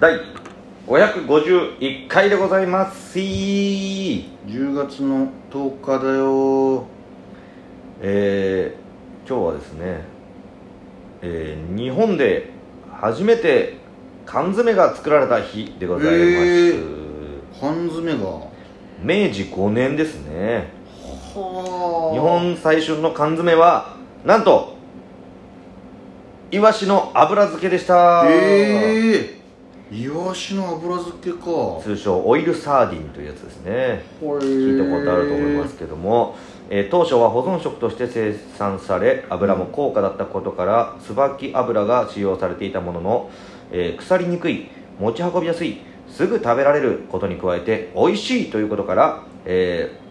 第551回でございますい10月の10日だよえー、今日はですね、えー日本で初めて缶詰が作られた日でございます、え缶詰がは明治5年ですねあ日本最初の缶詰はなんとイワシの油漬けでした、ええイワシの油漬けかほ通称オイルサーディンというやつですねえ聞いたことあると思いますけども、えー当初は保存食として生産され油も高価だったことから椿油が使用されていたものの、えー腐りにくい持ち運びやすいすぐ食べられることに加えて美味しいということから、えー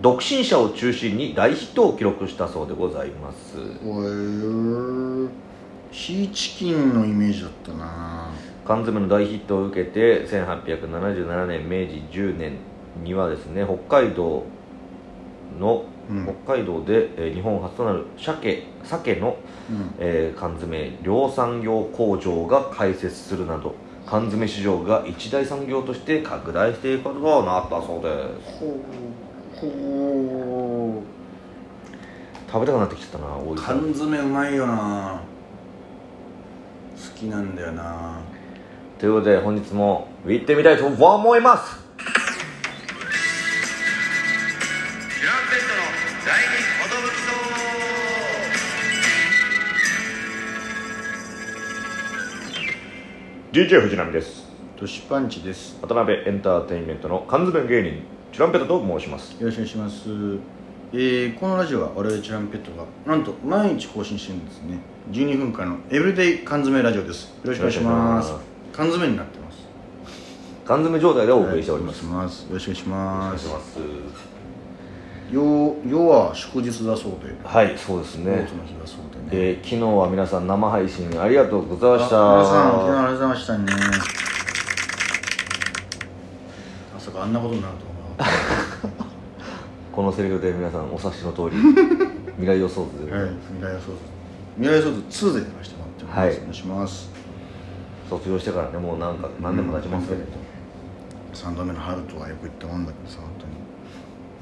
独身者を中心に大ヒットを記録したそうでございますへえシーチキンのイメージだったな缶詰の大ヒットを受けて1877年明治10年にはですね北海道の、うん北海道で、えー日本初となる鮭鮭の、うんえー缶詰量産業工場が開設するなど缶詰市場が一大産業として拡大していくことになったそうですほうほ食べたくなってきちゃったなおうい缶詰うまいよな好きなんだよなということで本日も行ってみたいと思いますトランペットの第二寿そう DJ 藤波ですトシパンチです渡辺エンターテインメントの缶詰芸人チュランペットと申しますよろしくお願いしますえー、このラジオは我々チュランペットがなんと毎日更新してるんですね12分間のエブリデイ缶詰ラジオですよろしくお願いしますよろしく缶詰になってます缶詰状態でおお送りしております、よろしくお願いしますおよ願いします世は祝日だそうではいそうですボーねトの日だそうでねえー昨日は皆さん生配信ありがとうございあま皆しさんお疲れた様でましたねまさかあんなことになると思うなかっこのセリフで皆さんお察しの 通り未来予想図で、たはい未来予想図未来予想図2で出ましてもらっております、お願いします卒業してからねもうなんか何年も経ちますけど、うん3度目の春とはよく言ったもんだけどさ本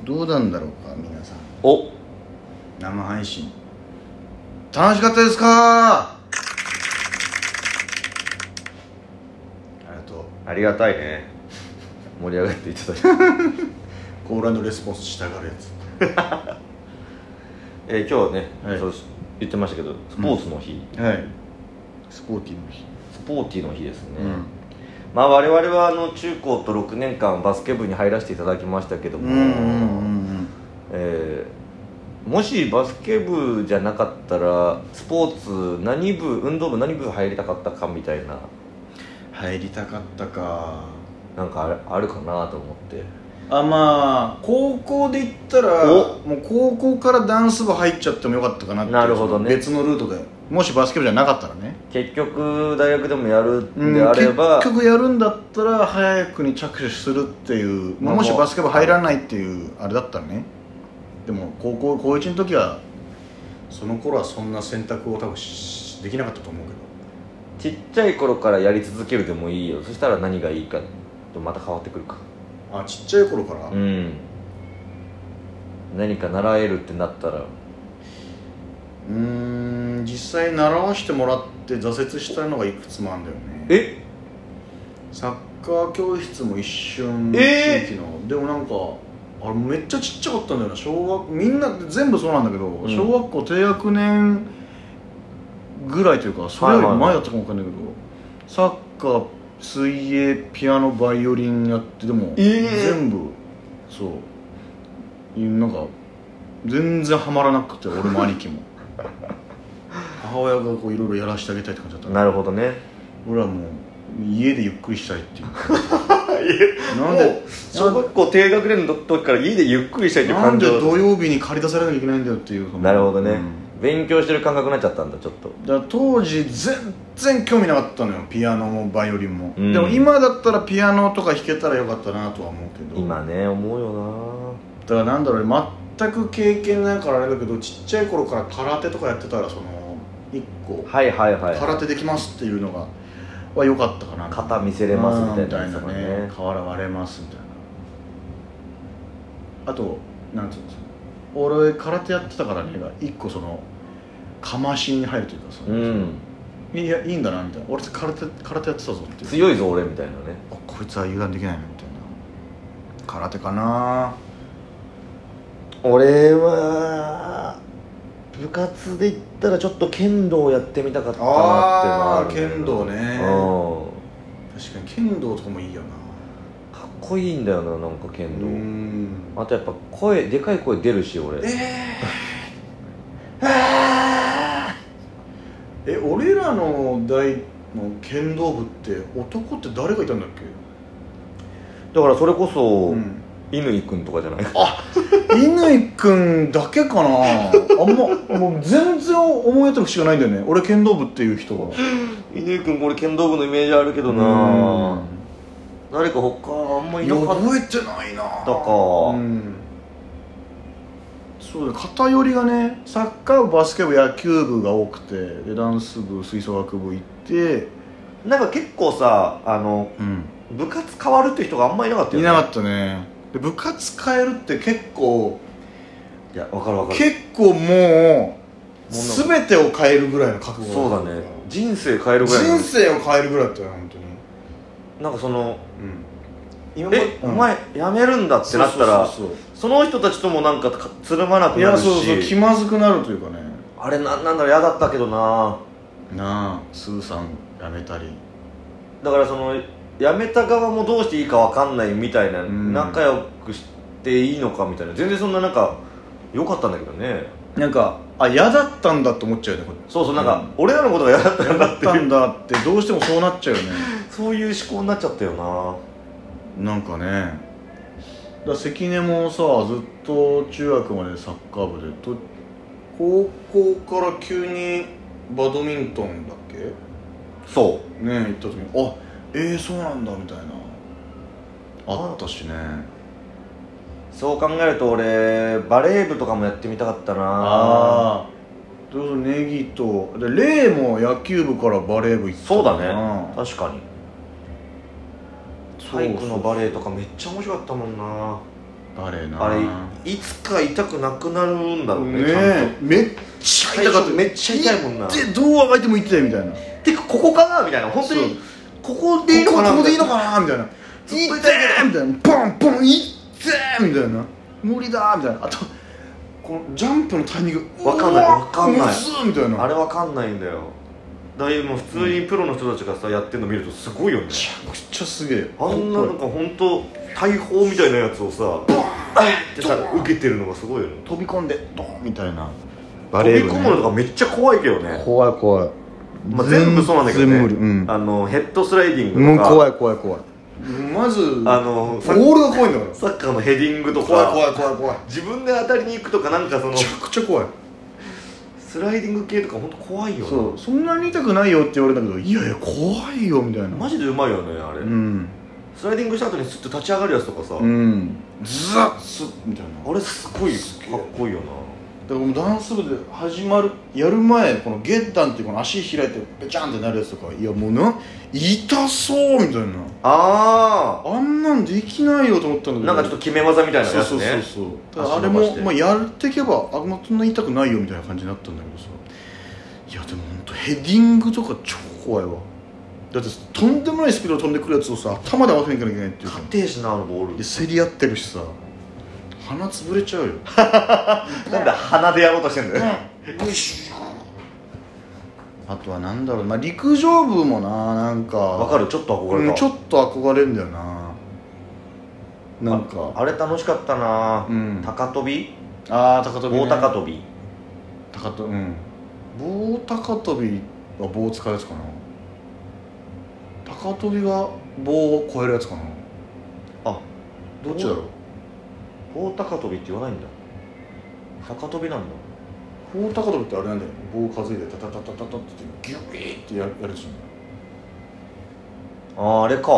当にどうなんだろうか皆さんお生配信楽しかったですかありがとうありがたいね盛り上がっていただ いて、コールレスポンスしたがるやつえー今日ね、はいそうし言ってましたけどスポーツの日、はいスポーティーの日スポーティーの日ですね、うんまあ我々はあの中高と6年間バスケ部に入らせていただきましたけども、うんうんうんえーもしバスケ部じゃなかったらスポーツ何部運動部何部入りたかったかみたいな入りたかったかなんかあるあるかなと思ってあまあ高校で言ったらおもう高校からダンス部入っちゃってもよかったかなっていうなるほどね別のルートでもしバスケ部じゃなかったらね結局大学でもやるうんんであれば、結局やるんだったら早くに着手するっていう、ままああもしバスケ部入らないっていうあれだったらねでも高校高1の時はその頃はそんな選択を多分しできなかったと思うけちっちゃい頃からやり続けるでもいいよそしたら何がいいかとまた変わってくるかどあちっちゃい頃から、うん何か習えるってなったらうーん実際習わしてもらって挫折したのがいくつもあるんだよねえサッカー教室も一瞬えー地域の、でもなんかあれめっちゃちっちゃかったんだよな小学みんな全部そうなんだけど、ん小学校低学年ぐらいというかそれより前だったかもわかんないけど、サッカー水泳ピアノバイオリンやってでも、えー全部そういなんか全然ハマらなくて俺も兄 貴も母親がこういろいろやらせてあげたいって感じだったなるほどね俺はもう家でゆっくりしたいっていう なんもでう小学校低学年の時から家でゆっくりしたいっていうなん感で情土曜日に借り出されなきゃいけないんだよっていうそのなるほどね、うん勉強してる感覚になっちゃったんだちょっとだから当時全然興味なかったのよピアノもバイオリンも、うんでも今だったらピアノとか弾けたらよかったなとは思うけど今ね思うよだからなんだろうね全く経験ないからあれだけどちっちゃい頃から空手とかやってたらその一個なはいはいはい空手できますっていうのがは良かったかな型見せれますみたいなうんやつみとたかいねなね瓦割れますみたいなあとなんつうんですか俺空手やってたからねが一個そのかましに入るというかその、うんいやいいんだなみたいな俺空手空手やってたぞっていう強いぞ俺みたいなねあこいつは油断できないなみたいな空手かな俺は部活で言ったらちょっと剣道やってみたかったなっていうのはあるんだあー剣よなう確かに剣道とかもいいよなんかっこいいんだよななんかう剣道、んあとやっぱ声でかい声出るし俺え俺らの代の剣道部って男って誰がいたんだっけだからそれこそん乾、君とかじゃない乾くんだけかなあんまもう全然思い当たる節がないんだよね俺剣道部っていう人が乾君これ剣道部のイメージあるけどうんな誰か他あんまいいなやかっ覚えてないなたかうんそうだ偏りがねサッカー部バスケ部野球部が多くてでダンス部吹奏楽部行って、なんか結構さあの部活変わるっていう人があんまいなかったよねいなかったねで部活変えるって結構いやわかるわかる結構もうもうなんか全てを変えるぐらいの覚悟そうだね人生変えるぐらいの人生を変えるぐらいだったよ本当になんかそのうん今までえ、うんお前辞めるんだってなったらそそうそうそうの人たちともなんかかつるまなそくういなやるしそうそう気まずくなるというかねあれなんなんだろう嫌だったけどななあスーさん辞めたりだからその辞めた側もどうしていいかわかんないみたいな、うん仲良くしていいのかみたいな全然そんななんか良かったんだけどねなんかあ嫌だったんだって思っちゃうよねこれそうそうなんか、俺らのことが嫌だったんだだっっていたうんだってどうしてもそうなっちゃうよねそういう思考になっちゃったよななんかねだから関根もさずっと中学までサッカー部でと高校から急にバドミントンだっけねそ行った時にあえー、そうなんだみたいなあったしねうそう考えると俺バレー部とかもやってみたかったなああーどうぞネギとでレイも野球部からバレー部行ったそうだねな確かにそうそう体育のバレーとかめっちゃ面白かったもんなバレーなあれいつか痛くなくなるんだろうねねちゃんえめっちゃ痛かっためっちゃ痛いもんなでどうあがいても痛いみたいなとてかここかなみたいな本当にここでいいのかなここここでいいのみかなみたいなずっと痛痛いいけどみたいなポンポン痛いみたいな無理だみたいなあとこのジャンプのタイミングわかんないうわかんないむずーみたいたいなあれなわかんないんだよだいぶもう普通にプロの人たちがさやってるの見るとすごいよねめちゃくちゃすげえあんななんか本当大砲みたいなやつをさバーンってさ受けてるのがすごいよね飛び込んでドーンみたいな飛び込むのとかめっちゃ怖いけどね、怖い怖いまあ、全部そうなんだけどね全部無理うんあのヘッドスライディンうグんとか、怖い怖い怖いまずあのボールが怖いんだからサッカーのヘディングとか怖い怖い怖い怖い自分で当たりに行くとかなんかそのめちゃくちゃ怖いスライディング系とか本当怖いよそうそんなに痛くないよって言われたけどいやいや怖いよみたいななマジでうまいよねあれ、うんスライディングした後にスッと立ち上がるやつとかさ、うんズワッスッみたいなだかあれすごいすげえかっこいいよらもうダンス部で始まるやる前このゲッダンっていうこの足開いてベチャンってなるやつとかいやもうな痛そうみたいななああんなんできないよと思ったんだあけなどんかちょっと決め技みたいなそうやつそうそうねそう足伸ばしてあれも、まあ、やっていけばあんまそんな痛くないよみたいな感じになったんだけどさいやでも本当ヘディングとか超怖いわだってとんでもないスピードで飛んでくるやつをさ頭で合わせなきゃいけないっていうか硬いしなあのボーでル競り合ってるしさ鼻潰れちゃうよなんで鼻でやろうとしてんだよあとはなんだろうまあ陸上部もななんかわかるちょっと憧れうんたちょっと憧れんだよななんあかあれ楽しかったな、うん高跳びああ高跳び、棒ね、高跳び、高跳うん棒高跳びは棒を使うやつかな高跳びは棒を超えるやつかなあどっちだろう棒高跳びって言わないんだ高跳びなんだ棒高跳びってあれなんだよね棒を担いでタタタタタタってギュイーってややるやつじあーあれか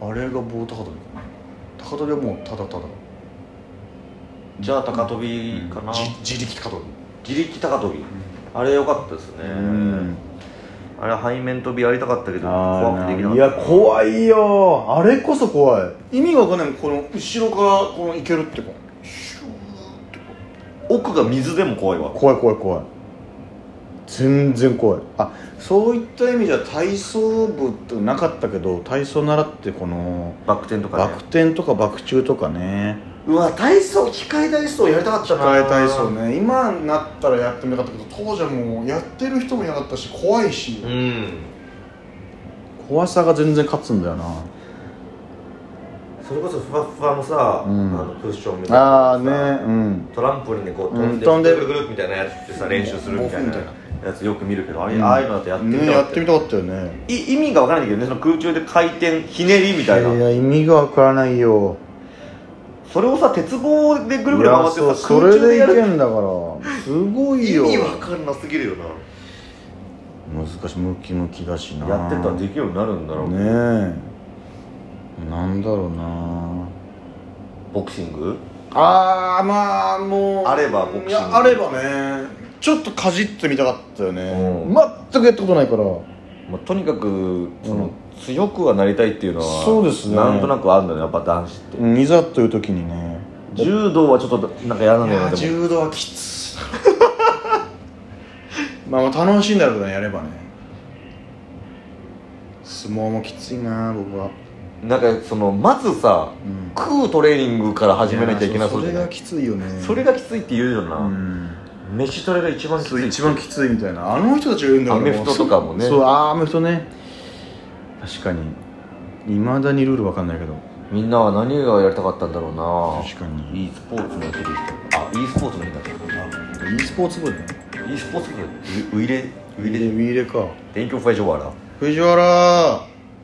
ゃんあれが棒高跳びかな高跳びはもうただただじゃあ高跳びかな、じ自力高跳び自力高跳びあれ良かったですね、うんあれは背面飛びやりたかったけど怖くあてできなーかいったや怖いよあれこそ怖い意味がわかんないもんこの後ろからこのいけるってこうシューってこ奥が水でも怖いわ怖い怖い怖い全然怖いあそういった意味じゃ体操部ってなかったけど体操習ってこのバク転とかねバク転とかバク宙とかねううわ体操機械体操やりたかったな機械機体械体操操ね今になったらやってみなかったけど当時はもうやってる人もいなかったし怖いし、うん怖さが全然勝つんだよなそれこそふわふわもさ、うんあのクッションみたいなああねうんトランポリンでこう飛んで,、うん飛んでぐるぐるぐるみたいなやつってさ練習するみたいなボフみやつよく見るけどあれ、うんああいうのだとやってみたねかやっったてみたかったよねい意味がわからないんだけどねその空中で回転ひねりみいたいなや意味がわからないよそれをさ鉄棒でぐるぐるい回やってさそうそ空れ中ででいやけるんだからすごい意よ味わかんなすぎるよな難しいムキムキだしなやってたらできるようになるんだろうねねえなんだろうなボクシングああまあもうあればボクシングいやあればねちょっとかじってみたかったよね、うん全くやったことないからまあ、とにかくその、強くはなりたいっていうのはそうですねなんとなくあるんだよねやっぱ男子って、うんいざという時にね柔道はちょっとなんか嫌なんいだよやねでもー柔道はきつい まあまあ楽しいんだろうけどねやればね相撲もきついな僕はなんかそのまずさ、うん食うトレーニングから始めなきゃいけなそうそじゃれながいきついよねそれがきついって言うよな、うん飯トレが一番きつそうい一番きついみたいなあの人たちがいるんだからアメフトとかもねそうああアメフトね確かにいまだにルールわかんないけどみんなは何がやりたかったんだろうな確かに e スポーツの日でしたあ e スポーツの日だった e スポーツ部ね e スポーツの日ウイレウイレウィーレか勉強会場はな藤原